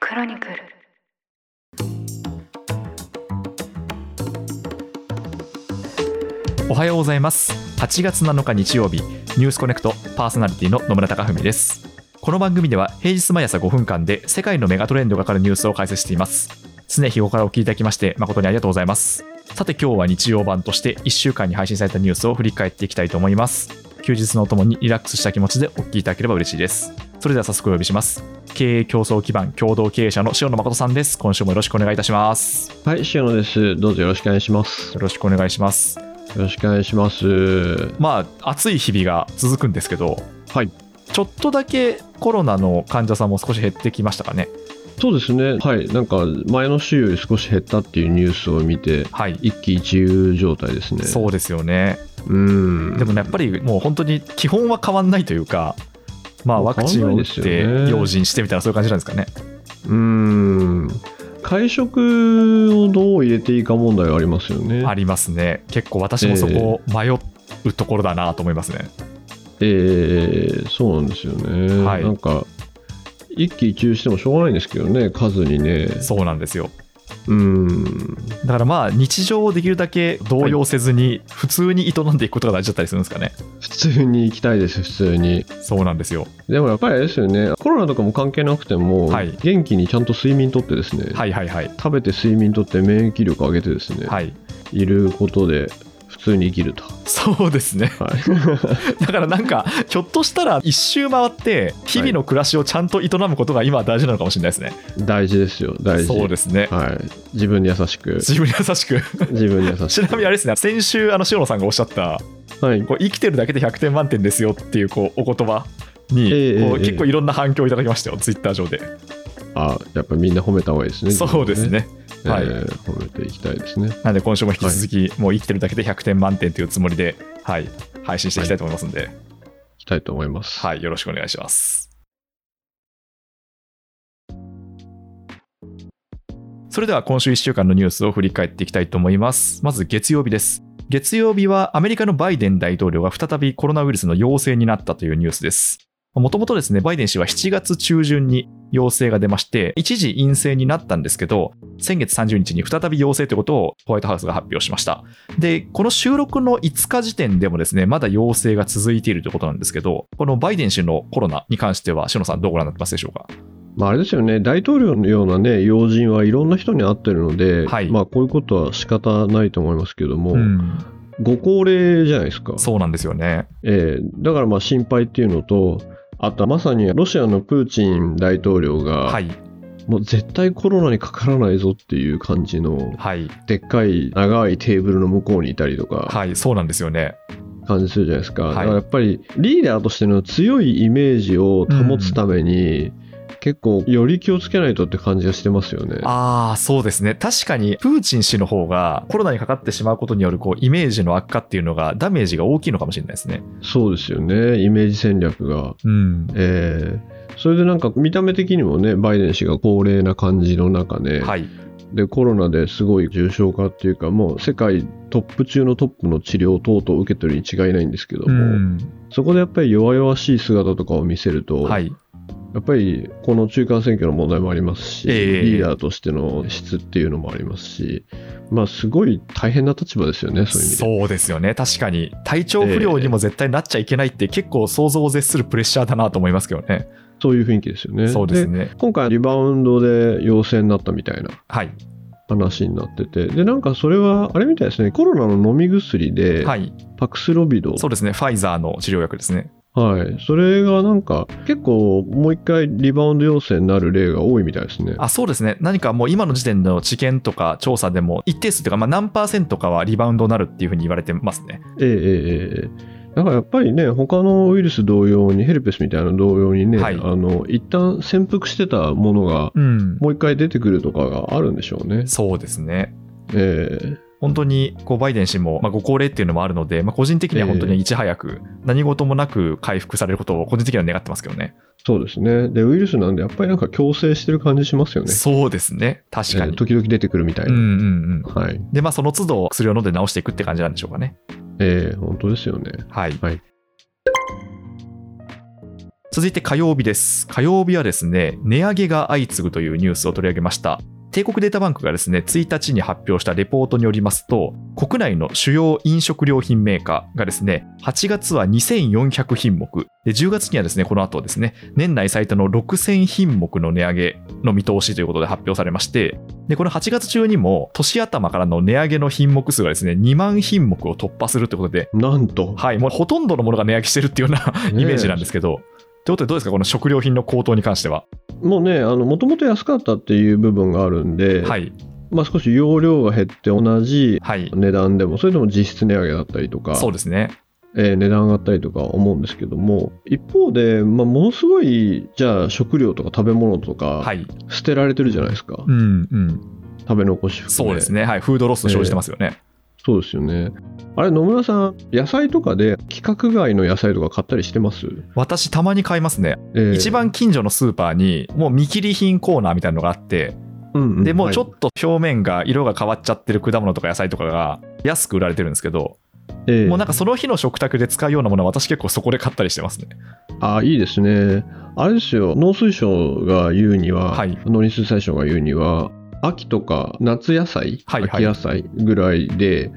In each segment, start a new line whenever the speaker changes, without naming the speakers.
クロニクル
おはようございます8月7日日曜日ニュースコネクトパーソナリティの野村貴文ですこの番組では平日毎朝5分間で世界のメガトレンドがかかるニュースを解説しています常日頃からお聞きいただきまして誠にありがとうございますさて今日は日曜版として1週間に配信されたニュースを振り返っていきたいと思います休日のおともにリラックスした気持ちでお聞きいただければ嬉しいですそれでは早速お呼びします経営競争基盤共同経営者の塩野誠さんです今週もよろしくお願いいたします
はい、塩野です。どうぞよろしくお願いします。
よろしくお願いします
よろしくお願いします。
まあ暑い日々が続くんですけど
はい。
ちょっとだけコロナの患者さんも少し減ってきましたかね。
そうですね。はい。なんか、前の週より少し減ったっていうニュースを見て、
はい。
一喜一憂状態ですね。
そうですよね。
う。うん。
でもね、やっぱりもう本当に基本は変わんないというか、まあ
も
ワ
う
クチンを打っ
変わんないですよ
て
ね
用心してみたいなそういう感じなんですかね。
うん。会食をどう入れていいか問題はありますよね。
ありますね。結構私もそこ迷うところだなと思いますね。
えー、そうなんですよね。
はい
なんか、一喜一憂してもしょうがないんですけどね、数にね。
そうなんですよ。
うん。
だからまあ日常をできるだけ動揺せずに普通に営んでいくことが大事だったりするんですかね。
普通に行きたいです、普通に。
そうなんですよ。
でもやっぱりあれですよね、コロナとかも関係なくても、
はい
元気にちゃんと睡眠とってですね、
はいはいはい。
食べて睡眠とって免疫力上げてですね、
はい。
い、ることで普通に生きると。
そうですね。
はい、
だからなんか、ひょっとしたら一周回って、日々の暮らしをちゃんと営むことが今は大事なのかもしれないですね。
大事ですよ、大事。
そうですね。
はい、自分に優しく、
自分に優しく。
自分に優し
ちなみにあれですね、先週、あの塩野さんがおっしゃった、
く。はい、
こう生きてるだけで100点満点ですよっていうこうお言葉に、
ええ
こう
ええ
結構いろんな反響をいただきましたよ、ツイッター上で。
あやっぱりみんな褒めた方がいいですね。
そうですね。
自分をね。
はい
えー褒めていきたいですね。
なんで今週も引き続き、もう生きてるだけで100点満点というつもりで、はい、配信していきたいと思いますんで、
いきたいと思います。
はい、よろしくお願いします。それでは今週1週間のニュースを振り返っていきたいと思います。まず月曜日です。月曜日はアメリカのバイデン大統領が再びコロナウイルスの陽性になったというニュースです。もともとですね、バイデン氏は7月中旬に陽性が出まして、一時陰性になったんですけど、先月30日に再び陽性ということをホワイトハウスが発表しました。で、この収録の5日時点でもですね、まだ陽性が続いているということなんですけど、このバイデン氏のコロナに関しては、篠さん、どうご覧になってますでしょうか。
まあ、あれですよね、大統領のような、ね、要人はいろんな人に会ってるので、
はい
まあ、こういうことは仕方ないと思いますけども、
ん、
ご高齢じゃないですか。
そうなんですよね。
えーだからまあ心配っていうのと、あとはまさにロシアのプーチン大統領が、
はい、
もう絶対コロナにかからないぞっていう感じの、
はい、
でっかい長いテーブルの向こうにいたりとか、
はい、そうなんですよね。
感じするじゃないですか、
はい
だからやっぱりリーダーとしての強いイメージを保つために、結構、より気をつけないとって感じがしてますよね。
ああ、そうですね。確かに、プーチン氏の方がコロナにかかってしまうことによるこうイメージの悪化っていうのが、ダメージが大きいのかもしれないですね。
そうですよね、イメージ戦略が。
うん。
えーそれでなんか見た目的にもね、バイデン氏が高齢な感じの中で、
はい、
でコロナですごい重症化っていうかもう世界トップ中のトップの治療等々受けてるに違いないんですけども、
うん、
そこでやっぱり弱々しい姿とかを見せると、
はい、
やっぱりこの中間選挙の問題もありますし、
ええ
リーダーとしての質っていうのもありますし、まあ、すごい大変な立場ですよねそういう意味で。
そうですよね。確かに、体調不良にも絶対なっちゃいけないって、結構想像を絶するプレッシャーだなと思いますけどね。
そういう雰囲気ですよね。
そうですね。
今回リバウンドで陽性になったみたいな
はい、
話になっててでなんかそれはあれみたいですねコロナの飲み薬で
はい、
パクスロビド
そうですね、ファイザーの治療薬ですね。
はい、それがなんか結構もう一回リバウンド要請になる例が多いみたいですね。
あそうですね、何かもう今の時点の知見とか調査でも、一定数というか、まあ、何パーセントかはリバウンドになるっていうふうに言われてますね。
ええええええだからやっぱりね他のウイルス同様にヘルペスみたいな同様にね、
はい
あの一旦潜伏してたものが
うん、
もう一回出てくるとかがあるんでしょうね。
そうですね。
ええ
本当にこうバイデン氏も、まあ、ご高齢っていうのもあるので、まあ、個人的には本当にいち早く、何事もなく回復されることを個人的には願ってますけどね。
そうですねでウイルスなんでやっぱりなんか強制してる感じしますよね。
そうですね、確か
ええ
に。
時々出てくるみたい
うんう
な。
んうん、
はい
で、まあ、その都度薬を飲んで治していくって感じなんでしょうかね。
ええ本当ですよね。
はい。
はい
続いて火曜日です。火曜日はですね、値上げが相次ぐというニュースを取り上げました。帝国データバンクがですね、1日に発表したレポートによりますと、国内の主要飲食料品メーカーがですね、8月は2400品目、で10月にはですね、この後ですね、年内最多の6000品目の値上げの見通しということで発表されまして、でこの8月中にも、年頭からの値上げの品目数がですね、2万品目を突破するということで、
なんと、
はい、もうほとんどのものが値上げしてるっていうような
ねえ
イメージなんですけど、ってことでどうですか、この食料品の高騰に関しては。
もうね、もともと安かったっていう部分があるんで、
はい、
まあ、少し容量が減って同じ
はい、
値段でも、それでも実質値上げだったりとか、
そうですね。
えー値段上がったりとか思うんですけども、一方で、まあ、ものすごい、じゃあ食料とか食べ物と
は
か、
い、
捨てられてるじゃないですか、
うん、うん、
食べ残し含め
そうですね、はい、フードロス生じてますよね。
そうですよね。あれ、野村さん、野菜とかで規格外の野菜とか買ったりしてます、
私、たまに買いますね。
えー
一、番近所のスーパーに、もう見切り品コーナーみたいなのがあって、
うんうん
でもうちょ
は
っと表面が色が変わっちゃってる果物とか野菜とかが安く売られてるんですけど、
いえー
もうなんかその日の食卓で使うようなものは、私、結構そこで買ったりしてますね。
あいいですね。あれですよ、農水省が言うには、
はい
農林水産省が言うには、秋とか夏野菜、
はいはい
秋野菜ぐらいで、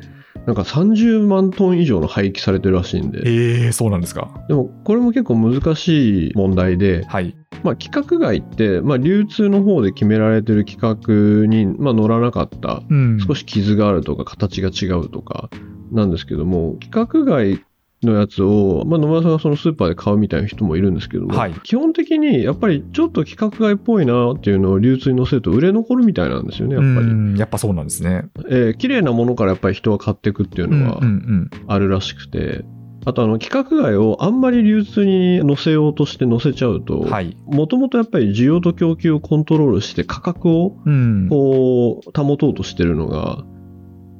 なんか30万トン以上の廃棄されてるらしいんで、
えー、そうなんですか。
でもこれも結構難しい問題で、
はい、
まあ、規格外って、まあ、流通の方で決められてる規格に、まあ、乗らなかった、
うん、
少し傷があるとか、形が違うとかなんですけども、規格外のやつを、まあ、野村さんがそのスーパーで買うみたいな人もいるんですけども、
はい
基本的にやっぱりちょっと規格外っぽいなっていうのを流通に載せると売れ残るみたいなんですよね、やっぱ
う
り。
んやっぱそうなんですね。
えー綺麗なものからやっぱり人は買っていくっていう
うん
の
うんう
は
ん、
あるらしくて、あとあの規格外をあんまり流通に載せようとして載せちゃうと、
はい。
もともとやっぱり需要と供給をコントロールして価格を
うん。
こう保とうとしてるのが、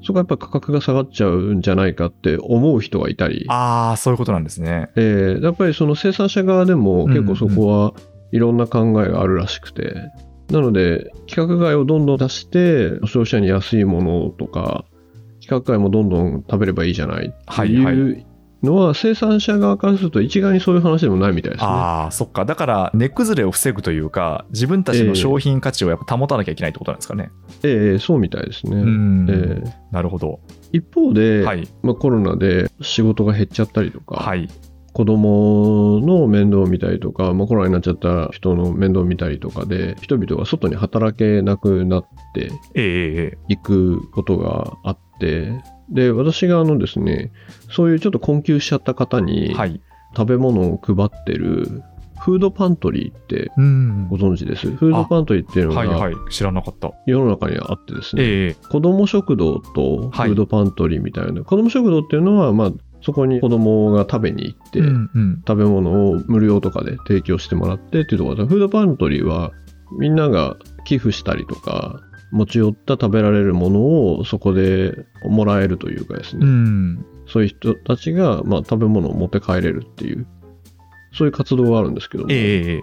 そこはやっぱり価格が下がっちゃうんじゃないかって思う人がいたり、
ああ、そういうことなんですね。
えーやっぱりその生産者側でも結構そこはいろんな考えがあるらしくて、なので、規格外をどんどん出して、消費者に安いものとか、規格外もどんどん食べればいいじゃないって
はいはい
いうのは、生産者側からすると一概にそういう話でもないみたいですね。
ああ、そっか。だから、値崩れを防ぐというか、自分たちの商品価値をやっぱ保たなきゃいけないってことなんですかね。
ええそうみたいですね。
うん
ええ
なるほど。
一方で、
はい。
まあ、コロナで仕事が減っちゃったりとか、
はい。
子供の面倒を見たりとか、まあ、コロナになっちゃった人の面倒を見たりとかで人々が外に働けなくなって
ええええ
いくことがあってで私があのですねそういうちょっと困窮しちゃった方
ええ
に
はい。
食べ物を配ってるフードパントリーって
うん
ご。存知ですフードパントリーっていうの
はいは
が
い。知らなかった。
世の中にあってですね、
ええ
子ども食堂とフードパントリーみたいな、子ども食堂っていうのは、まあ、そこに子どもが食べに行って、
うんうん。
食べ物を無料とかで提供してもらってっていうところでフードパントリーはみんなが寄付したりとか持ち寄った食べられるものをそこでもらえるというかですね、
うん。
そういう人たちが、まあ、食べ物を持って帰れるっていうそういう活動があるんですけども、
ええええええ
で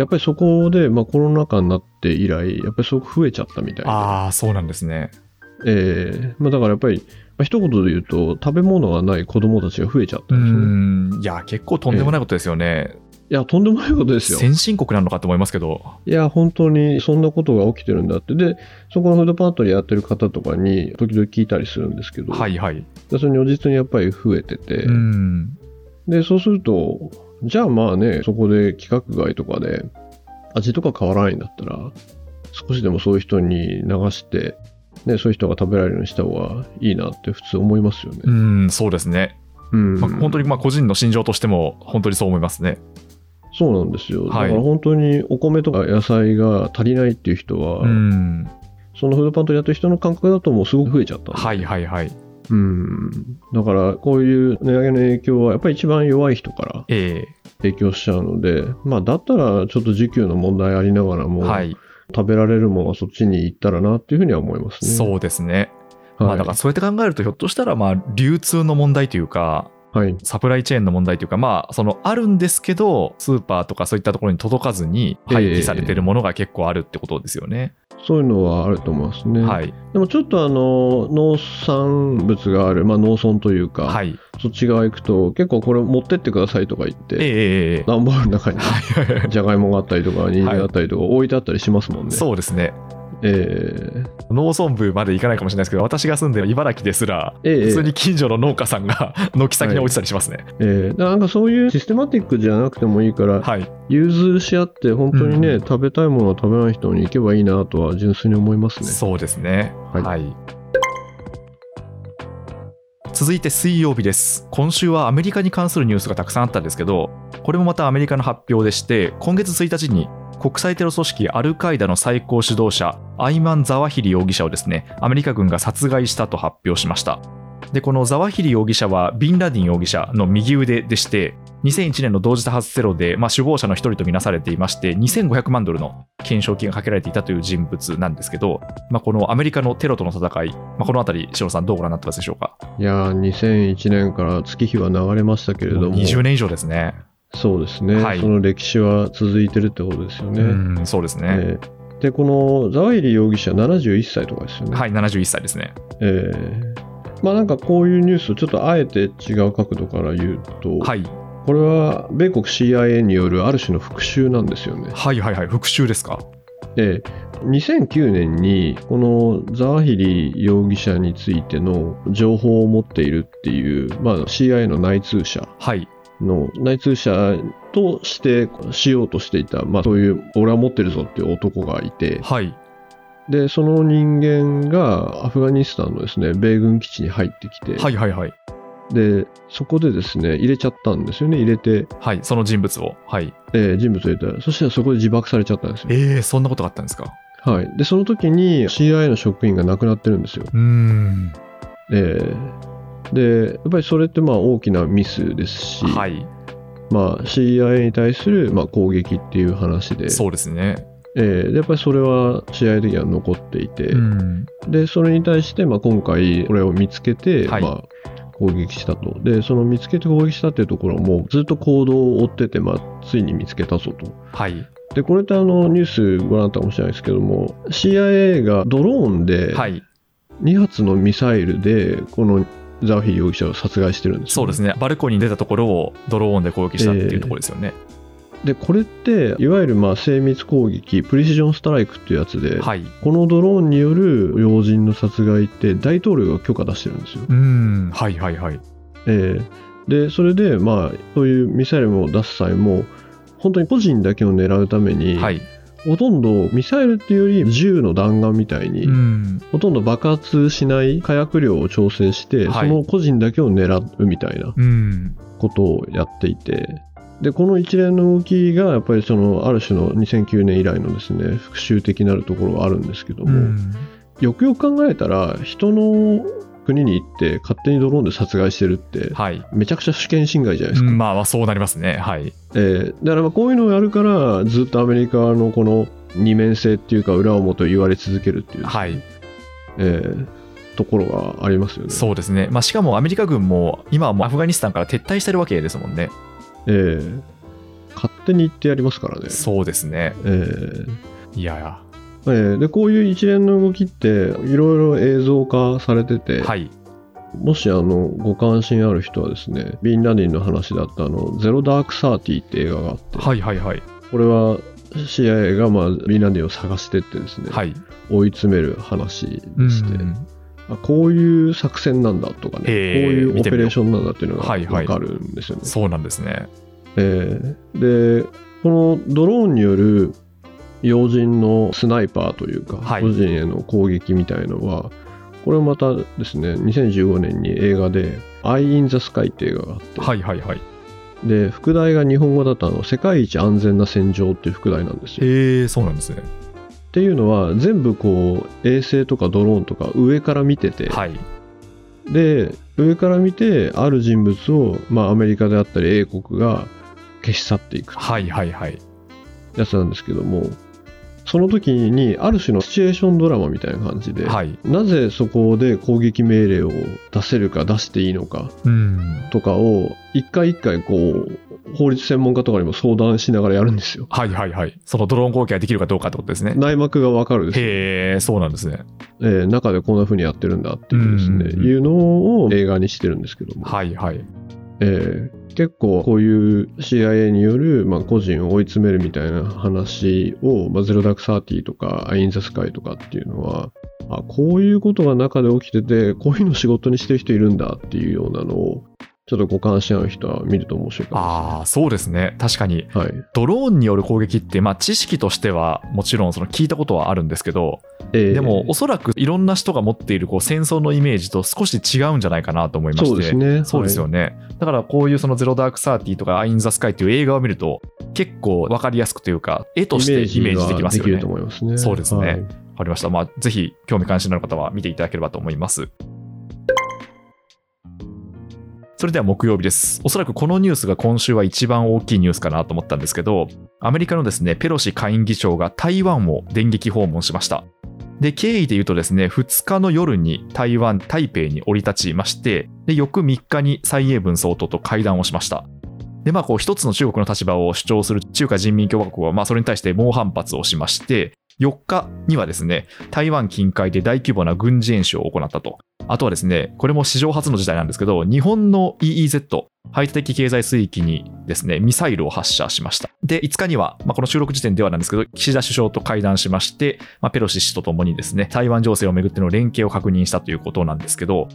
やっぱりそこで、まあ、コロナ禍になって以来やっぱりすごく増えちゃったみたいで
ああ、そうなんですね。
ええまあ、だからやっぱり、まあ、一言で言うと食べ物がない子供たちが増えちゃった
うん
ですね、い
ん。いや、結構とんでもないことですよね。
やとんでもないことですよ
先進国なのかと思いますけど。
いや、本当にそんなことが起きてるんだって。で、そこのフードパートリーやってる方とかに時々聞いたりするんですけど、
はいはい。
でそれ如実にやっぱり増えてて、
うん。
で、そうすると、じゃあまあね、そこで規格外とかで味とか変わらないんだったら、少しでもそういう人に流して、ね、そういう人が食べられるようにした方がいいなって普通思いますよね。
うん、そうですね。
うん
まあ、本当にまあ個人の心情としても、本当にそう思いますね。
そうなんですよ。だ
は
か
い
ら本当にお米とか野菜が足りないっていう人は、
うん。
そのフードパートリーやってる人の感覚だともうすごく増えちゃったんで
はいはいはい。
うん、だからこういう値上げの影響はやっぱり一番弱い人から
え
影響しちゃうので、まあ、だったらちょっと時給の問題ありながら
え
も、
はい。
食べられるものはそっちに行ったらなっていうふうには思いますね。
そうですね。
はい
まあだからそうやって考えると、ひょっとしたら、まあ流通の問題というか、
はい
サプライチェーンの問題というか、まあ、そのあるんですけど、スーパーとかそういったところに届かずに
ええ
廃棄されているものが結構あるってことですよね。
そういうのはあると思いますね。
はい、
でもちょっとあの農産物がある、まあ、農村というか、
はい、
そっち側行くと結構これ持ってってくださいとか言っ
ええ
て、
えええ
段ボールの中に
え
じゃがいもがあったりとか人参があったりとか置いてあったりしますもん ね。
そうですね、
え
農村部まで行かないかもしれないですけど、私が住んでる茨城ですら、
えええ
普通に近所の農家さんが軒先に落ちたりしますね。
ええなんかそういうシステマティックじゃなくてもいいから、
はい、
融通し合って本当にね、
うん
食べたいものを食べない人に行けばいいなとは純粋に思いますね。
そうですね。は。
はいい
続いて水曜日です今週はアメリカに関するニュースがたくさんあったんですけどこれもまたアメリカの発表でして今月1日に国際テロ組織アルカイダの最高指導者アイマン・ザワヒリ容疑者をですねアメリカ軍が殺害したと発表しましたでこのザワヒリ容疑者はビンラディン容疑者の右腕でして2001年の同時多発テロで、まあ、首謀者の一人とみなされていまして2500万ドルの懸賞金がかけられていたという人物なんですけど、まあ、このアメリカのテロとの戦い、まあ、このあたり、白野さん、どうご覧になってますでしょうか。
いやー2001年から月日は流れましたけれども
20年以上ですね。
そうですね、
はい
その歴史は続いてるってことですよね。
うん、そうですね。
ええでこのザワイリ容疑者71歳とかですよね。
はい、71歳ですね。
ええまあなんかこういうニュースをちょっとあえて違う角度から言うと、
はい、
これは米国 CIA によるある種の復讐なんですよね。
はい、はい、はい、復讐ですか。
で2009年にこのザワヒリ容疑者についての情報を持っているっていう、まあ、CIA の内通者
はい、
の内通者としてしようとしていた、まあ、そういう俺は持ってるぞっていう男がいて
はい、
でその人間がアフガニスタンのですね米軍基地に入ってきて、
はい、はい、はい、
でそこでですね入れちゃったんですよね入れて、
はい、その人物を。はい。
えー人物を入れたそしたらそこで自爆されちゃったんですよ、
えー、そんなことがあったんですか。
はい、でその時に CIA の職員が亡くなってるんですよ
うーん、
ええでやっぱりそれってまあ大きなミスですし、
はい、
まあ、CIA に対するまあ攻撃っていう話で,、
そうですね。
ええでやっぱりそれは CIA 的には残っていて、
うん、
でそれに対してまあ今回これを見つけて、
はい
まあ、攻撃したとでその見つけて攻撃したっていうところもずっと行動を追ってて、まあ、ついに見つけたぞと。
はい、
でこれってあのニュースご覧になったかもしれないですけども CIA がドローンで
はい、
2発のミサイルでこのザワヒリ容疑者を殺害してるんですよ
そうですね。バルコニーに出たところをドローンで攻撃したっていうところですよね。
でこれっていわゆるまあ精密攻撃プレシジョンストライクっていうやつで、
はい、
このドローンによる要人の殺害って大統領が許可出してるんですよ、
うーん、はい、はい、はい。
ええでそれでまあそういうミサイルも出す際も本当に個人だけを狙うために、
はい、
ほとんどミサイルっていうより銃の弾丸みたいに、
うん、
ほとんど爆発しない火薬量を調整して、
はい
その個人だけを狙うみたいな
うん、
ことをやっていてでこの一連の動きがやっぱりそのある種の2009年以来のですね復讐的なるところはあるんですけど
う
も、
ん。
よくよく考えたら人の国に行って勝手にドローンで殺害してるって
はい。
めちゃくちゃ主権侵害じゃないです
う
か、
んまあまあそうなりますね。はい。
えーだからまあこういうのをやるからずっとアメリカのこの二面性っていうか裏表を言われ続けるっていう、
はい。
えーところがありますよね。
そうですね。まあしかもアメリカ軍も今はもうアフガニスタンから撤退してるわけですもんね。
えー勝手に行ってやりますからね。
そうですね。
えー
いやい
えーでこういう一連の動きっていろいろ映像化されてて、
や。はい。
もしあのご関心ある人はですねビンラディンの話だったあの「ゼロダークサーティー」って映画があって
はいはいはい。
これは CIA が、まあ、ビンラディンを探してってですね、
はい。
追い詰める話で
うん
して、あこういう作戦なんだとかねこう
へー
いう
見
オ
てみ
ペレ
よう
ーションなんだっていうのが
はいはい
分かるんですよね。
そうなんですね。
えーでこのドローンによる要人のスナイパーというか、
はい
個人への攻撃みたいのはこれまたですね2015年に映画で「アイ・イン・ザ・スカイ」って映画があって、
はいはいはい。
で副題が日本語だとあの「世界一安全な戦場」っていう副題なんですよ。
へえ、そうなんですね。
っていうのは全部こう衛星とかドローンとか上から見てて、
はい。
で上から見てある人物を、まあ、アメリカであったり英国が消し去っていくと
はいはいはい。
やつなんですけどもその時にある種のシチュエーションドラマみたいな感じで、
はい。
なぜそこで攻撃命令を出せるか出していいのか
うん。
とかを一回一回こう法律専門家とかにも相談しながらやるんですよ。
はいはいはい。そのドローン攻撃ができるかどうかってことですね。
内幕がわかるですよ、
へえ、そうなんですね。
えー中でこんな風にやってるんだっていうですね、
うんうんうん
いうのを映画にしてるんですけども、
はいはい。
えー結構こういう CIA による、まあ、個人を追い詰めるみたいな話を、まあ、ゼロダークサーティーとかアインザスカイとかっていうのはあこういうことが中で起きててこういうの仕事にしてる人いるんだっていうようなのをちょっと互換し合う人は見ると面白いかも
ああ、そうですね。確かに、
はい、
ドローンによる攻撃って、まあ、知識としてはもちろんその聞いたことはあるんですけど、
えー
でも、おそらくいろんな人が持っているこう戦争のイメージと少し違うんじゃないかなと思いまして。
そうですね
そうですよ
ね、
ね。だからこういうそのゼロダークサーティーとかアインザスカイっていう映画を見ると結構わかりやすくというか絵と
はい
し
イメ
て
ージ
イメージでき
は
ます
で
よ
き
ね
ると。思いますね
そうですね
はい
わかりました。まあぜひ興味関心のある方は見ていただければと思います。それでは木曜日です。おそらくこのニュースが今週は一番大きいニュースかなと思ったんですけど、アメリカのですね、ペロシ下院議長が台湾を電撃訪問しました。で、経緯で言うとですね、2日の夜に台湾、台北に降り立ちまして、で、翌3日に蔡英文総統と会談をしました。で、まあ、こう、一つの中国の立場を主張する中華人民共和国は、まあ、それに対して猛反発をしまして、4日にはですね、台湾近海で大規模な軍事演習を行ったと。あとはですね、これも史上初の事態なんですけど、日本の EEZ、排他的経済水域にですね、ミサイルを発射しました。で、5日には、まあ、この収録時点ではなんですけど、岸田首相と会談しまして、まあ、ペロシ氏とともにですね、台湾情勢をめぐっての連携を確認したということなんですけど、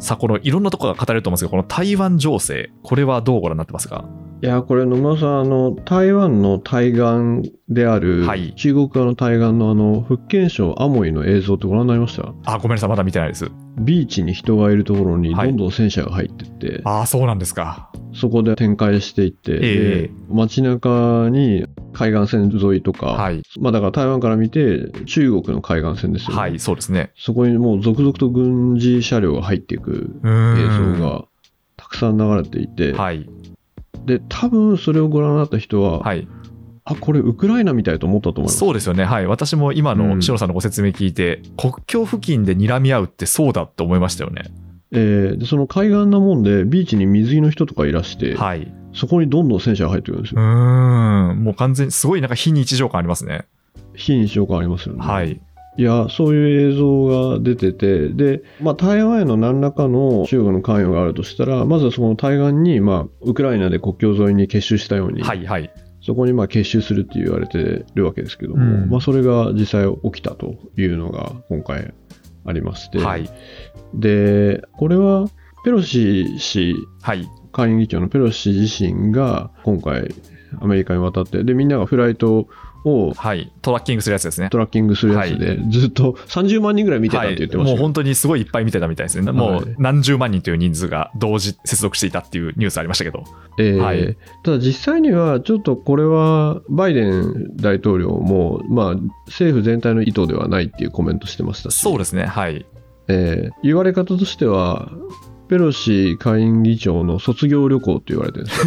さあ、このいろんなところが語れると思うんですけど、この台湾情勢、これはどうご覧になってますか
いやこれ野村さんあの台湾の対岸である、
はい
中国側の対岸のあの福建省アモイの映像ってご覧になりました
あ、ごめんなさい、まだ見てないです。
ビーチに人がいるところにど
はい
んどん戦車が入ってって、
ああ、そうなんですか。
そこで展開していって、
ええ
で街中に海岸線沿いとか、
はい。
まあ、だから台湾から見て中国の海岸線ですよね、
はい、そうですね。
そこにもう続々と軍事車両が入っていく
映
映像がたくさん流れていて、
はい、
で多分それをご覧になった人は、
はい、
あこれウクライナみたいと思ったと思います
そうですよね、はい、私も今
う
の
ん
シロさんのご説明聞いて、国境付近で睨み合うってそうだって思いましたよね。
えーでその海岸なもんでビーチに水着の人とかいらして、
はい、う
そこにどんどん戦車が入ってくるんですよ、
ーん、もう完全にすごいなんか非日常感ありますね。
非日常感ありますよね、
はい、
いやそういう映像が出ててで、まあ、台湾への何らかの中国の関与があるとしたらまずはその対岸に、まあ、ウクライナで国境沿いに結集したように、
はい、はい、
そこにまあ結集するって言われてるわけですけども、
うん
まあ、それが実際起きたというのが今回ありまして、
はい、
でこれはペロシ氏
はい、
下院議長のペロシ自身が今回アメリカに渡ってでみんながフライトを
はい、トラッキングするやつですね。
トラッキングするやつで、ずっと30万人ぐらい見てたって言ってまし
はい、も
た
う
よ、
本当にすごいいっぱい見てたみたいですね、もう何十万人という人数が同時接続していたっていうニュースありましたけど、
えー
はい
ただ実際にはちょっとこれはバイデン大統領も、まあ、政府全体の意図ではないっていうコメントしてましたし
そうですね、はい、
えー言われ方としてはペロシ下院議長の卒業旅行って言われてるんです よ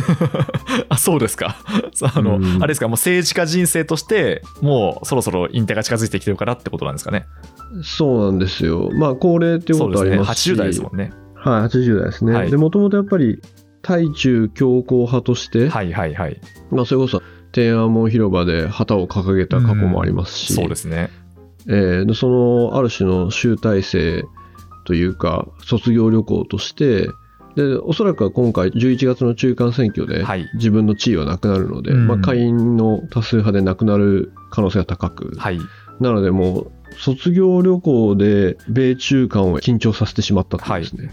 あそうですか そうあの、
うん
あれですかもう政治家人生としてもうそろそろ引退が近づいてきてるからってことなんですかね
そうなんですよまあ高齢っていう
そ
こ
うで
とは
す
あ
ね80
りますし
代ですもんね
はい、80代ですね。
はい
で、もともとやっぱり、対中強硬派として、
はいはいはい
まあ、それこそ天安門広場で旗を掲げた過去もありますし、
そうですね
えーでそのある種の集大成というか、卒業旅行として、でおそらくは今回、11月の中間選挙で
はい
自分の地位はなくなるので、
うん
まあ、会員の多数派でなくなる可能性が高く、
はい
なので、もう卒業旅行で米中間を緊張させてしまったというですね、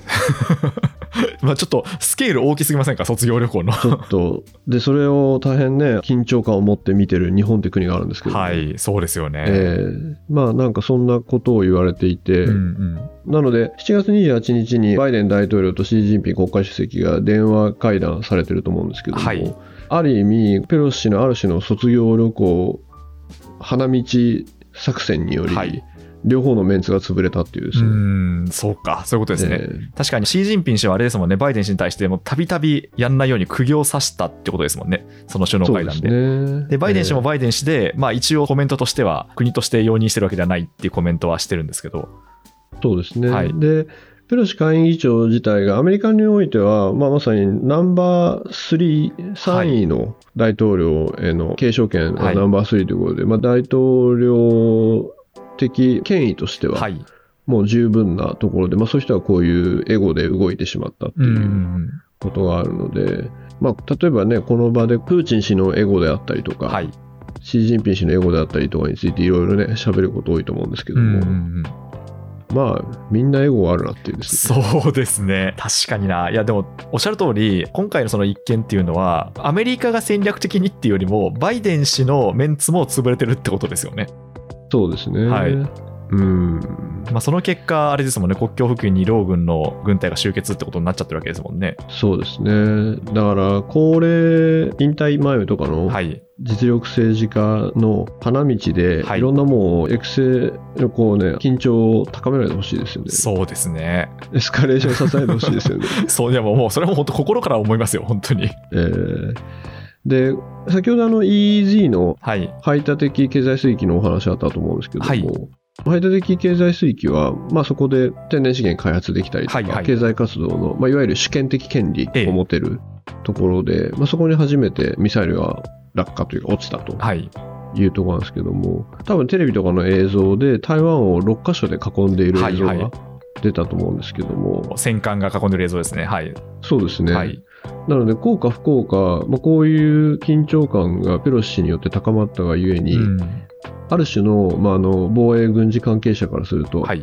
まあちょっとスケール大きすぎませんか卒業旅行の
ちょっと、で、それを大変ね、緊張感を持って見てる日本って国があるんですけど、
はいそうですよね、
えーまあなんかそんなことを言われていて、
うんうん
なので、7月28日にバイデン大統領とシー・ジンピン国家主席が電話会談されてると思うんですけども、
はい
ある意味、ペロシ氏のある種の卒業旅行、花道作戦により、
はい
両方のメンツが潰れたっていうで
う
すね。
ん、そうか、そういうことですね。
え
確かにシー・ジンピン氏はあれですもんね、バイデン氏に対して、たびたびやんないように釘を刺したってことですもんね、その首
え
脳
そう
会
で
談
す
で。
ね。
でバイデン氏も
え
バイデン氏で、まあ、一応コメントとしては、国として容認してるわけではないっていうコメントはしてるんですけど、
えそうですね。
はい
で、ペロシ下院議長自体がアメリカにおいては、まあ、まさにナンバー3、3位の大統領への継承権、
はい
ナンバー3ということで、まあ、大統領的権威としては、
はい。
もう十分なところで、まあ、そういう人はこういうエゴで動いてしまったって
う、
いううんことがあるので、まあ、例えばね、この場でプーチン氏のエゴであったりとか、
はい。
シー・ジンピン氏のエゴであったりとかについていろいろね、喋ること多いと思うんですけど
う
も、
ん、
まあ、みんなエゴがあるなっていうですね。
そうですね、確かにな、いや、でも、おっしゃる通り、今回のその一件っていうのは、アメリカが戦略的にっていうよりも、バイデン氏のメンツも潰れてるってことですよね。
そうですね。
はい
うん。
まあ、その結果、あれですもんね、国境付近にロー軍の軍隊が集結ってことになっちゃってるわけですもんね。
そうですね。だから、高齢引退前とかの
はい、
実力政治家の花道で、
はい
い、ろんなもう、エクセのこうね、緊張を高められてほしいですよね。
そうですね。
エスカレーションを支えてほしい ですよね。
そう、いやもう、もうそれは本当、心から思いますよ、本当に。
えーで、先ほどあの EEZ の
はい、
排他的経済水域のお話あったと思うんですけども、
はい
排他的経済水域は、まあ、そこで天然資源開発できたりとか、
はいはい
経済活動の、まあ、いわゆる主権的権利
ええ
を持てるところで、まあ、そこに初めてミサイルが落下というか落ちたと
はい、
いうところなんですけども多分テレビとかの映像で台湾を6カ所で囲んでいる映像
はいは
が出たと思うんですけども、
戦艦が囲んでる映像ですね。はい、
そうですね、
はい、
なので効果不効果、まあ、こういう緊張感がペロシ氏によって高まったがゆえに、
うん
ある種の,、まああの防衛軍事関係者からすると、
はい、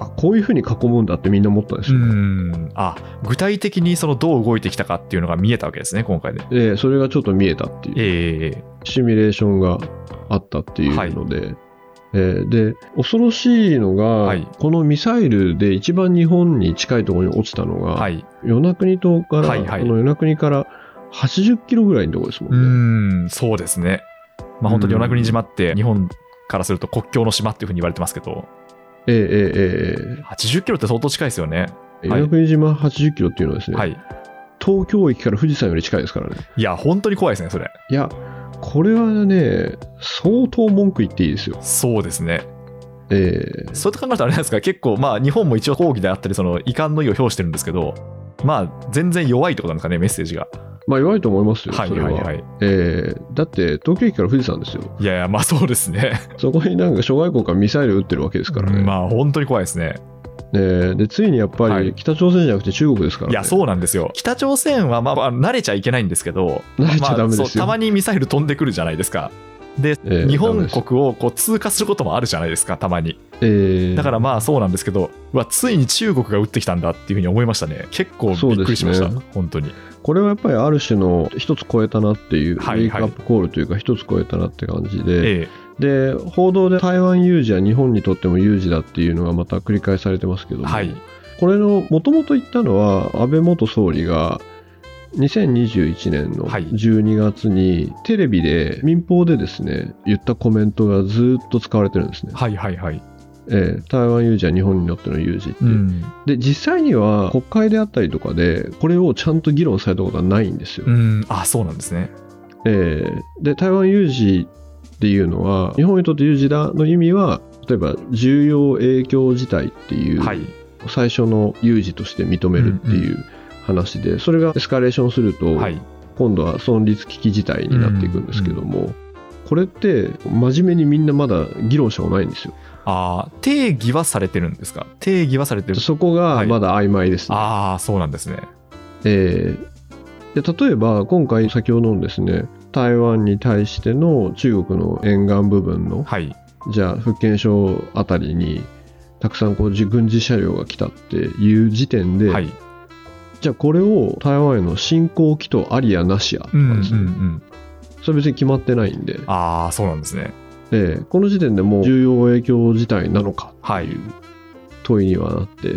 あこういうふうに囲むんだってみんな思ったんです
う
よ、ね
ん、あ、具体的にそのどう動いてきたかっていうのが見えたわけですね、今回で。
でそれがちょっと見えたっていう
ええ
シミュレーションがあったっていうので、えーで恐ろしいのが、
はい
このミサイルで一番日本に近いところに落ちたのが、
はい、
与那国島から、
はいはい
この与那国から80キロぐらいのところですも
うん
ね。
ん、そうですね。まあ、本当に与那国島って、日本からすると国境の島っていうふうに言われてますけど、
ええええええ
80キロって相当近いですよね。
ええ
はい
与那国島80キロっていうのはですね、
はい。
東京駅から富士山より近いですからね。
いや、本当に怖いですね、それ。
いや、これはね、相当文句言っていいですよ。
そうですね。
え
そうやって考えるとあれなんですか、結構、まあ、日本も一応抗議であったり、その遺憾の意を表してるんですけど、まあ、全然弱いってことなんですかね、メッセージが。
えまあ弱いと思いますよ、
はい
それは。
はいはい。
ええだって、東京駅から富士山ですよ。
いやいや、まあそうですね。
そこになんか諸外国がミサイル撃ってるわけですからね。
まあ、本当に怖いですね。
ええで、ついにやっぱ
はい
り北朝鮮じゃなくて中国ですからね。
いや、そうなんですよ。北朝鮮は、まあ、まあ慣れちゃいけないんですけど、
慣れち
ま
ゃダ
あ、
メ
そ
で
う
すよ。
たまにミサイル飛んでくるじゃないですか。で、
ええ
日
ダメ
本
です
国をこう通過することもあるじゃないですか、たまに。
ええ
だからまあそうなんですけど、うわ、ついに中国が撃ってきたんだっていうふうに思いましたね。結構びっくりしました、
そうです
本当に。
これはやっぱりある種の一つ超えたなっていう、
はいはい
ウェイクアップコールというか、一つ超えたなって感じで、
ええ、
で報道で台湾有事は日本にとっても有事だっていうのがまた繰り返されてますけども、
はい、
これのもともと言ったのは安倍元総理が2021年の
はい
12月にテレビで民放でですね言ったコメントがずっと使われてるんですね、
はいはいはい。
ええ台湾有事は日本にとっての有事って、
うん、
で実際には国会であったりとかでこれをちゃんと議論されたことはないんですよ、
うん、あ、そうなんですね。
ええで台湾有事っていうのは日本にとって有事だの意味は例えば重要影響事態っていう、
はい、
最初の有事として認めるっていう話で、それがエスカレーションすると、
はい、
今度は存立危機事態になっていくんですけども、これって真面目にみんなまだ議論したことないんですよ
あー定義はされてるんですか定義はされてる。
そこがまだ曖昧ですね、
ああ、そうなんですね。
えーで例えば今回先ほどのですね台湾に対しての中国の沿岸部分の
はい、
じゃあ福建省あたりにたくさんこうじ軍事車両が来たっていう時点で、
はい。
じゃあこれを台湾への侵攻機とありやなしやとか
う
で
ん、うん、う
すね、
ん。
それ別に決まってないんで、
ああ、そうなんですね。
ええこの時点でもう重要影響事態なのか
は
って
い
い。う問いにはなって、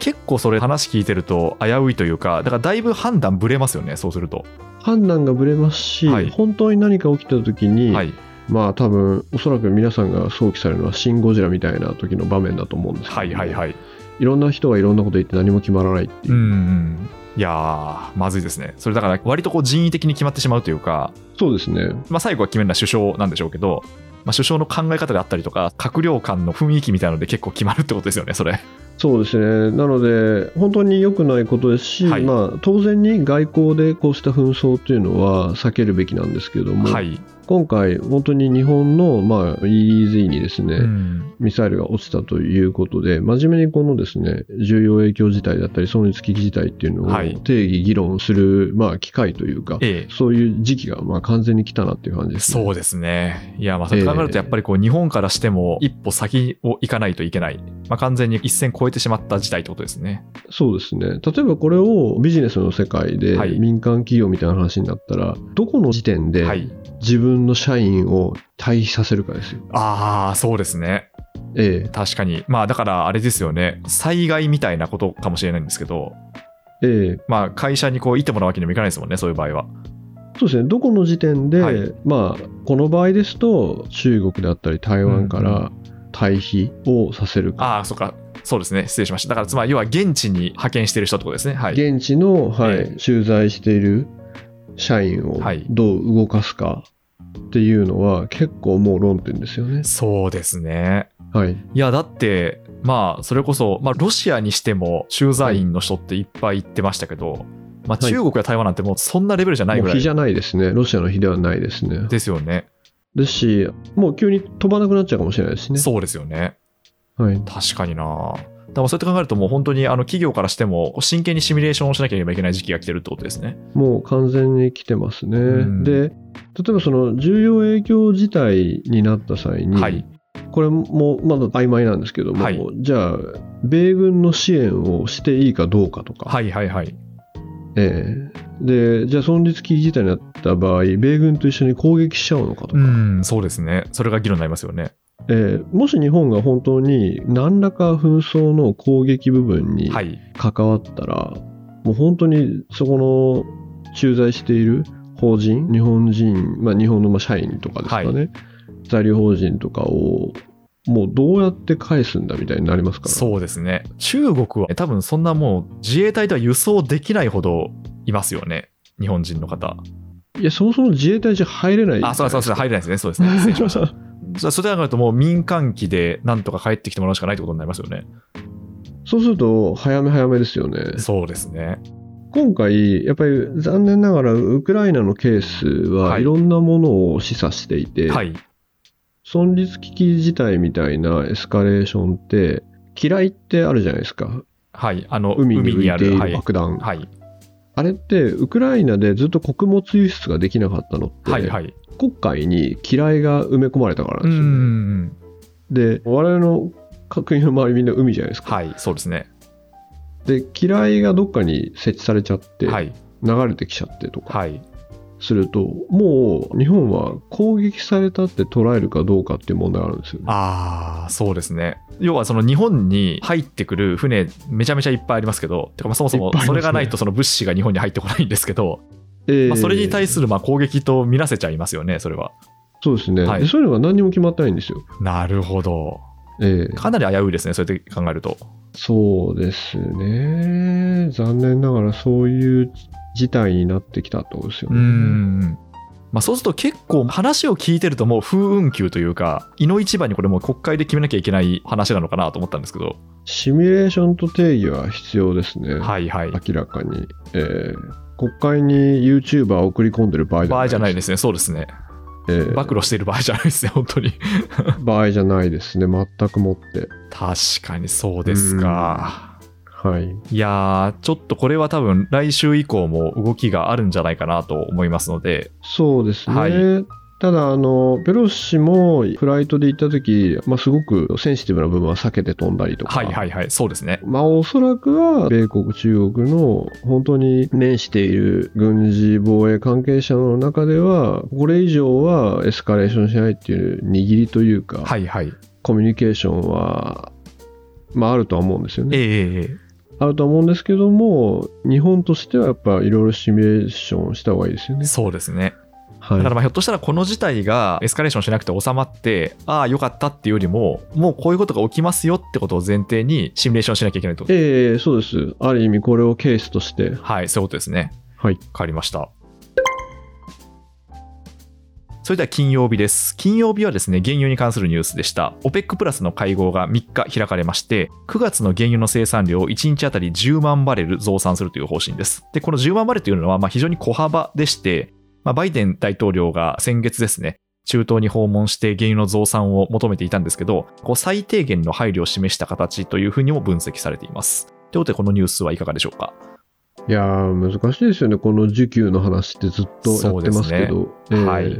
結構それ話聞いてると危ういというか、だからだいぶ判断ぶれますよね、そうすると。
判断がぶれますし、
はい
本当に何か起きた時に、
はい。
まあ多分おそらく皆さんが想起されるのは「シン・ゴジラ」みたいな時の場面だと思うんですけど、
はいはい
い、
はい。
いろんな人がいろんなこと言って何も決まらないっていうう、
ん。いやー、まずいですね。それだから、割とこう人為的に決まってしまうというか、
そうですね
まあ、最後は決めるのは首相なんでしょうけど、まあ、首相の考え方であったりとか、閣僚間の雰囲気みたいなので結構決まるってことですよね、それ。
そうですねなので本当に良くないことですし、
はい
まあ、当然に外交でこうした紛争というのは避けるべきなんですけども、
はい。
今回、本当に日本の、まあ、EEZ にですね、
うん
ミサイルが落ちたということで、真面目にこのですね重要影響事態だったり、損率危機事態っていうの
はい
を定義、議論する、まあ、機会というか、
ええ。
そういう時期がまあ完全に来たなっていう感じですね。
そうですね。いや、まあ、そう考える
え
と、や
え
っぱりこう、日本からしても、一歩先を行かないといけない。まあ、完全に一線超えてしまった事態ってことですね。
そうですね例えばこれをビジネスの世界で
はい
民間企業みたいな話になったら、どこの時点
は
で
い。
自分の社員を退避させるかですよ。
ああ、そうですね。
え
確かに。まあ、だから、あれですよね。災害みたいなことかもしれないんですけど、
えええ
まあ、会社にこう、いてもらうわけにもいかないですもんね、そういう場合は。
そうですね、どこの時点で、
はい
まあ、この場合ですと、中国であったり台湾から退避をさせるか、
ああ、そっか。そうですね。失礼しました。だから、つまり、要は現地に派遣してる人ってことですね。はい。
現地の、はい
え
駐在している社員を
はい
どう動かすかっていうのは、結構もう論点ですよね。
そうですね。
はい、
いや、だって、まあ、それこそ、まあ、ロシアにしても駐在員の人っていっぱい行ってましたけど、まあ、
はい
中国や台湾なんてもうそんなレベルじゃない
も
ぐ
う
ら
日
い
じゃないですね、ロシアの日ではないですね。
ですよね。
ですし、もう急に飛ばなくなっちゃうかもしれないですね。
そうですよね。
はい、
確かにな。だからそうやって考えると、もう本当にあの企業からしても、真剣にシミュレーションをしなければいけない時期が来てるってことですね。
もう完全に来てますね。
うん
で、例えばその重要影響事態になった際に、
はい
これもまだ曖昧なんですけども、
はい
じゃあ、米軍の支援をしていいかどうかとか、
はいはいはい。
ええでじゃあ、存立危機事態になった場合、米軍と一緒に攻撃しちゃうのかとか、
うん、そうですね。それが議論になりますよね。
ええもし日本が本当に何らか紛争の攻撃部分に
はい。
関わったら、もう本当にそこの駐在している法人、日本人、まあ、日本のまあ社員とかですかね、
は
在留邦人とかを、もうどうやって返すんだみたいになりますから、
そうですね。中国は多分そんなもう自衛隊とは輸送できないほどいますよね。日本人の方。
いやそもそも自衛隊じゃ入れない
あ、そうだそうだそうだ、入れないですね。そう ですね。失礼しました。じゃあ、それ考えると、もう民間機でなんとか帰ってきてもらうしかないってことになりますよね。
そうすると、早め早めですよね。
そうですね。
今回、やっぱり残念ながら、ウクライナのケース
は
はいいろんなものを示唆していて、
はい。
存立危機事態みたいなエスカレーションって、嫌いってあるじゃないですか、
はい。あの、海
海
に
に浮
あ
いて
る。
い
は
る
い。
爆弾、
はい。
あれってウクライナでずっと穀物輸出ができなかったのって、
はい。はい。
国会に嫌いが埋め込まれたから
う
なんん
う
で
んうん。
すよ、で我々の国の周りみんな海じゃないですか、
はい。そうですね。
で嫌いがどっかに設置されちゃって、
はい。
流れてきちゃってとか
はい。
するともう日本は攻撃されたって捉えるかどうかっていう問題があるんですよね
ああ、そうですね。要は、その日本に入ってくる船、めちゃめちゃいっぱいありますけど、てか、まあそもそ
い
も
っぱいあり
そ
ますね
れがないと、その物資が日本に入ってこないんですけど、
えー
まあ、それに対するまあ攻撃と見なせちゃいますよね、それは。
そうですね、
はい
でそういうのが何にも決まってないんですよ、
なるほど。
えー
かなり危ういですね、そうやって考えると。
そうですね残念ながらそういう事態になってきたってことですよ
う
ね、
ん。まあ、そうすると結構話を聞いてるともう風雲級というか、いの一番にこれもう国会で決めなきゃいけない話なのかなと思ったんですけど。
シミュレーションと定義は必要ですね、
はいはい。
明らかに、えー国会に YouTuber を送り込んでる場合じゃ
場
な
合
い
じゃない
で
ですね。そうですね。
す、えー
暴露している場合じゃないですね、本当に。
場合じゃないですね、全くもって。
確かにそうですか。
はい、
いやー、ちょっとこれは多分来週以降も動きがあるんじゃないかなと思いますので、
そうですね、
はい
ただあの、ペロシもフライトで行った時、まあすごくセンシティブな部分は避けて飛んだりとか。
はいはいはい、そうですね。
まあ、おそらくは米国、中国の本当に面している軍事防衛関係者の中では、これ以上はエスカレーションしないっていう握りというか、
はいはい。
コミュニケーションは、まあ、あるとは思うんですよ
え
ね。
えええええ
あるとは思うんですけども、日本としてはやっぱいろいろシミュレーションした方がいいですよね。
そうですね。
はい
だからまあひょっとしたらこの事態がエスカレーションしなくて収まって、ああ、よかったっていうよりも、もうこういうことが起きますよってことを前提にシミュレーションしなきゃいけないってこと
ええそうです。ある意味これをケースとして。
はい、そういうことですね。
はい。
わかりました。それでは金曜日です。金曜日はですね、原油に関するニュースでした。OPEC プラスの会合が3日開かれまして、9月の原油の生産量を1日あたり10万バレル増産するという方針です。で、この10万バレルというのはまあ非常に小幅でして、まあ、バイデン大統領が先月ですね、中東に訪問して原油の増産を求めていたんですけど、こう最低限の配慮を示した形というふうにも分析されています。ということで、このニュースはいかがでしょうか。
いやー、難しいですよね。この需給の話ってずっとやってますけど。
そうですね
ええ
はい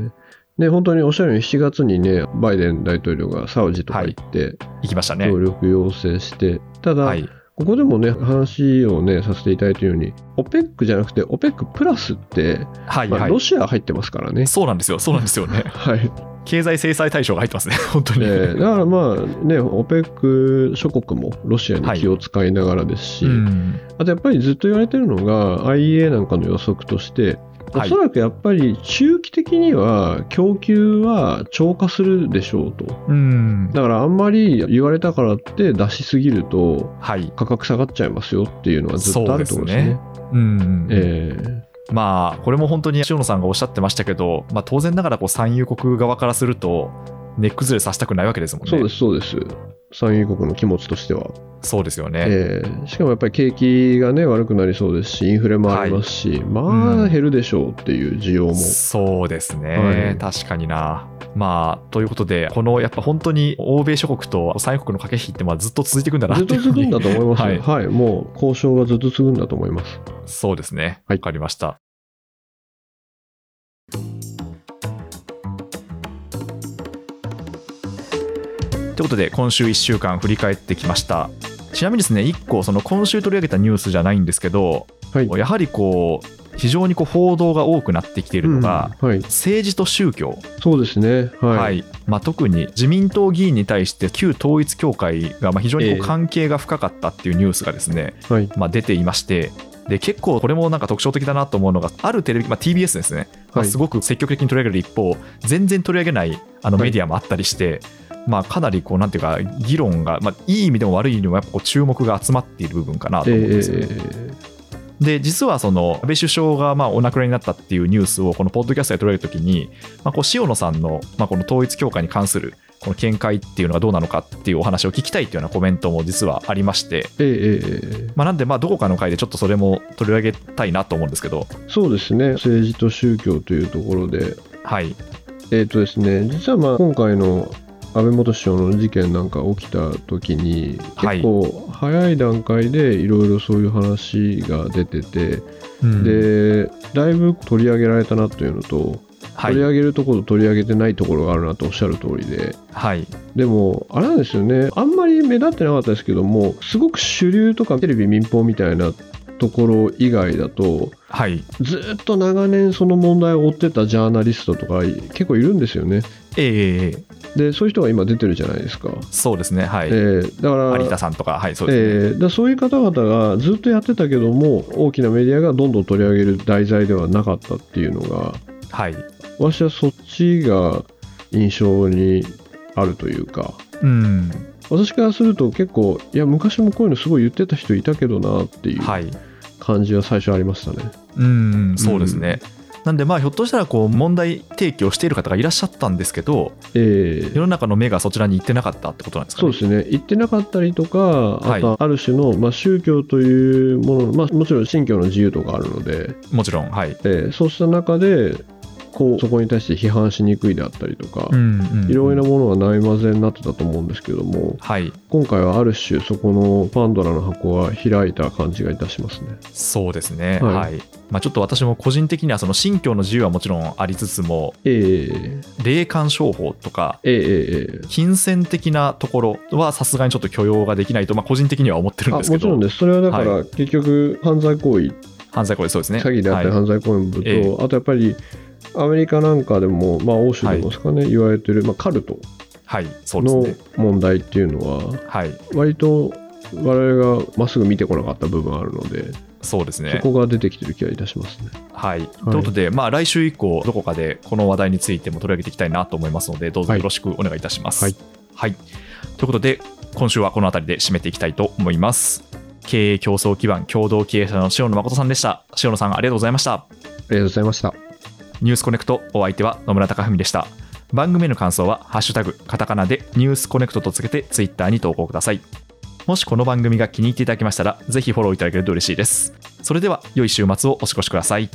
ね、本当におっしゃるように7月にね、バイデン大統領がサウジとか行って、
いきましたね。
協力要請して、ただ、
はい。
ここでもね、話をね、させていただいたように、OPEC じゃなくて OPEC プラスって、
はい、
まあ
はい。
ロシア入ってますから ね。
そうなんですよ、そうなんですよね。
はい。
経済制裁対象が入ってますね、 本当に。
ええだからまあね、OPEC 諸国もロシアに気を使いながらですし、
うん、
あとやっぱりずっと言われてるのが IEA なんかの予測として、お
はい
そらくやっぱり中期的には供給は超過するでしょうと。
うん、
だからあんまり言われたからって出しすぎると
はい、
価格下がっちゃいますよっていうのはずっとあると思うんですね。
うん、
え
まあ、これも本当に塩野さんがおっしゃってましたけど、まあ、当然ながらこう産油国側からすると、根崩れさせたくないわけですもん
え
ね。
そうです、そうです。産油国の気持ちとしては。
そうですよね。
ええしかもやっぱり景気がね悪くなりそうですし、インフレもありますし、ま
う
あ
ん
減るでしょうっていう需要も。
そうですね、
はい
確かにな。まあ、ということで、このやっぱ本当に欧米諸国と産油国の駆け引きってまあずっと続いていくんだなっ
ずってと
いうふう
続くん
に
だと思いますよ
はい
はい、もう交渉がずっと続くんだと思います。
そうですね。
は
わ
い
かりました。ということで、今週1週間振り返ってきました。ちなみにですね、1個、その今週取り上げたニュースじゃないんですけど、
はい
やはりこう、非常にこう報道が多くなってきているのが、
うんはい、
政治と宗教、
そうですね、はい
はいまあ、特に自民党議員に対して旧統一教会がまあ非常に
え
こ
え
う関係が深かったっていうニュースがですね、
はい
まあ、出ていましてで結構これもなんか特徴的だなと思うのがあるテレビ、まあ、TBS ですね、まあ
はい
すごく積極的に取り上げる一方全然取り上げないあの
はい
メディアもあったりして、まあ、かなりこうなんていうか議論が、まあ、いい意味でも悪い意味でもやっぱこう注目が集まっている部分かなと
え
思うんですよね。
ー
で実はその安倍首相がまあお亡くなりになったっていうニュースをこのポッドキャストで取り上げるときに、まあ、こう塩野さんの,、まあこの統一教会に関するこの見解っていうのがどうなのかっていうお話を聞きたいというようなコメントも実はありまして、
えーえーえ
まあ、なんでまあどこかの回でちょっとそれも取り上げたいなと思うんですけど、
ーそうですね、政治と宗教というところで、
はい、
えっ、とですね、実はまあ今回の安倍元首相の事件なんか起きた時に、
はい
結構早い段階でいろいろそういう話が出てて、
うん、
で、だいぶ取り上げられたなというのと、
はい
取り上げるところと取り上げてないところがあるなとおっしゃる通りで、
はい、
でも、あれなんですよね、あんまり目立ってなかったですけども、すごく主流とかテレビ、民放みたいなところ以外だと、
はい、
ずーっと長年その問題を追ってたジャーナリストとか結構いるんですよね。
ええ
で、そういう人が今出てるじゃないですか。
そうですね、はい、
えーだから
有田さんとか、はい、そう
え
ですね。
ーだからそういう方々がずっとやってたけども大きなメディアがどんどん取り上げる題材ではなかったっていうのが
はい
私はそっちが印象にあるというか
うん
私からすると結構いや昔もこういうのすごい言ってた人いたけどなっていう
はい、
感じは最初ありましたね、
うん、そうですね。なんで、まあ、ひょっとしたらこう問題提起をしている方がいらっしゃったんですけど、
え
世
ー
の中の目がそちらに行ってなかったってことなんですか
そう
ね。
ですね言ってなかったりとか
は
あ
い
とある種の、まあ、宗教というものの、まあ、もちろん信教の自由とかあるので、
もちろん、はい。
えーそうした中でこうそこに対して批判しにくいであったりとか、
ん
いろいろなものがないまぜになってたと思うんですけども
はい、
今回はある種そこのパンドラの箱は開いた感じがいたしますね。
そうですね、
は
はいいまあ、ちょっと私も個人的には、その信教の自由はもちろんありつつも、
えー、
霊感商法とか、
えー、えーえー
金銭的なところはさすがにちょっと許容ができないと、まあ、個人的には思ってるん
あ
で
も
すけ
ちろん
ど、
です、それはだから、
は
結局、犯罪行為、
犯罪行為、そうですね。
詐欺であったり
はい
犯罪行為の部と、
ええ
あとやっぱりアメリカなんかでも、まあ、欧州でもですかね、言われてる、まあ、カルト
はい、そうです
の
ね。
問題っていうのは、
はい、
割と我々がまっすぐ見てこなかった部分あるので、
そうですね
そ。こが出てきてる気がいたしますね。
はい。ということで、まあ、来週以降、どこかでこの話題についても取り上げていきたいなと思いますので、どうぞよろしくお願いいたします。
はい
はいということで、今週はこの辺りで締めていきたいと思います。経営競争基盤共同経営者の塩野誠さんでした。塩野さん、ありがとうございました。
ありがとうございました。
ニュースコネクト、お相手は野村貴文でした。番組への感想は、ハッシュタグ、カタカナでニュースコネクトとつけて、ツイッターに投稿ください。もしこの番組が気に入っていただけましたら、ぜひフォローいただけると嬉しいです。それでは、良い週末をお過ごしください。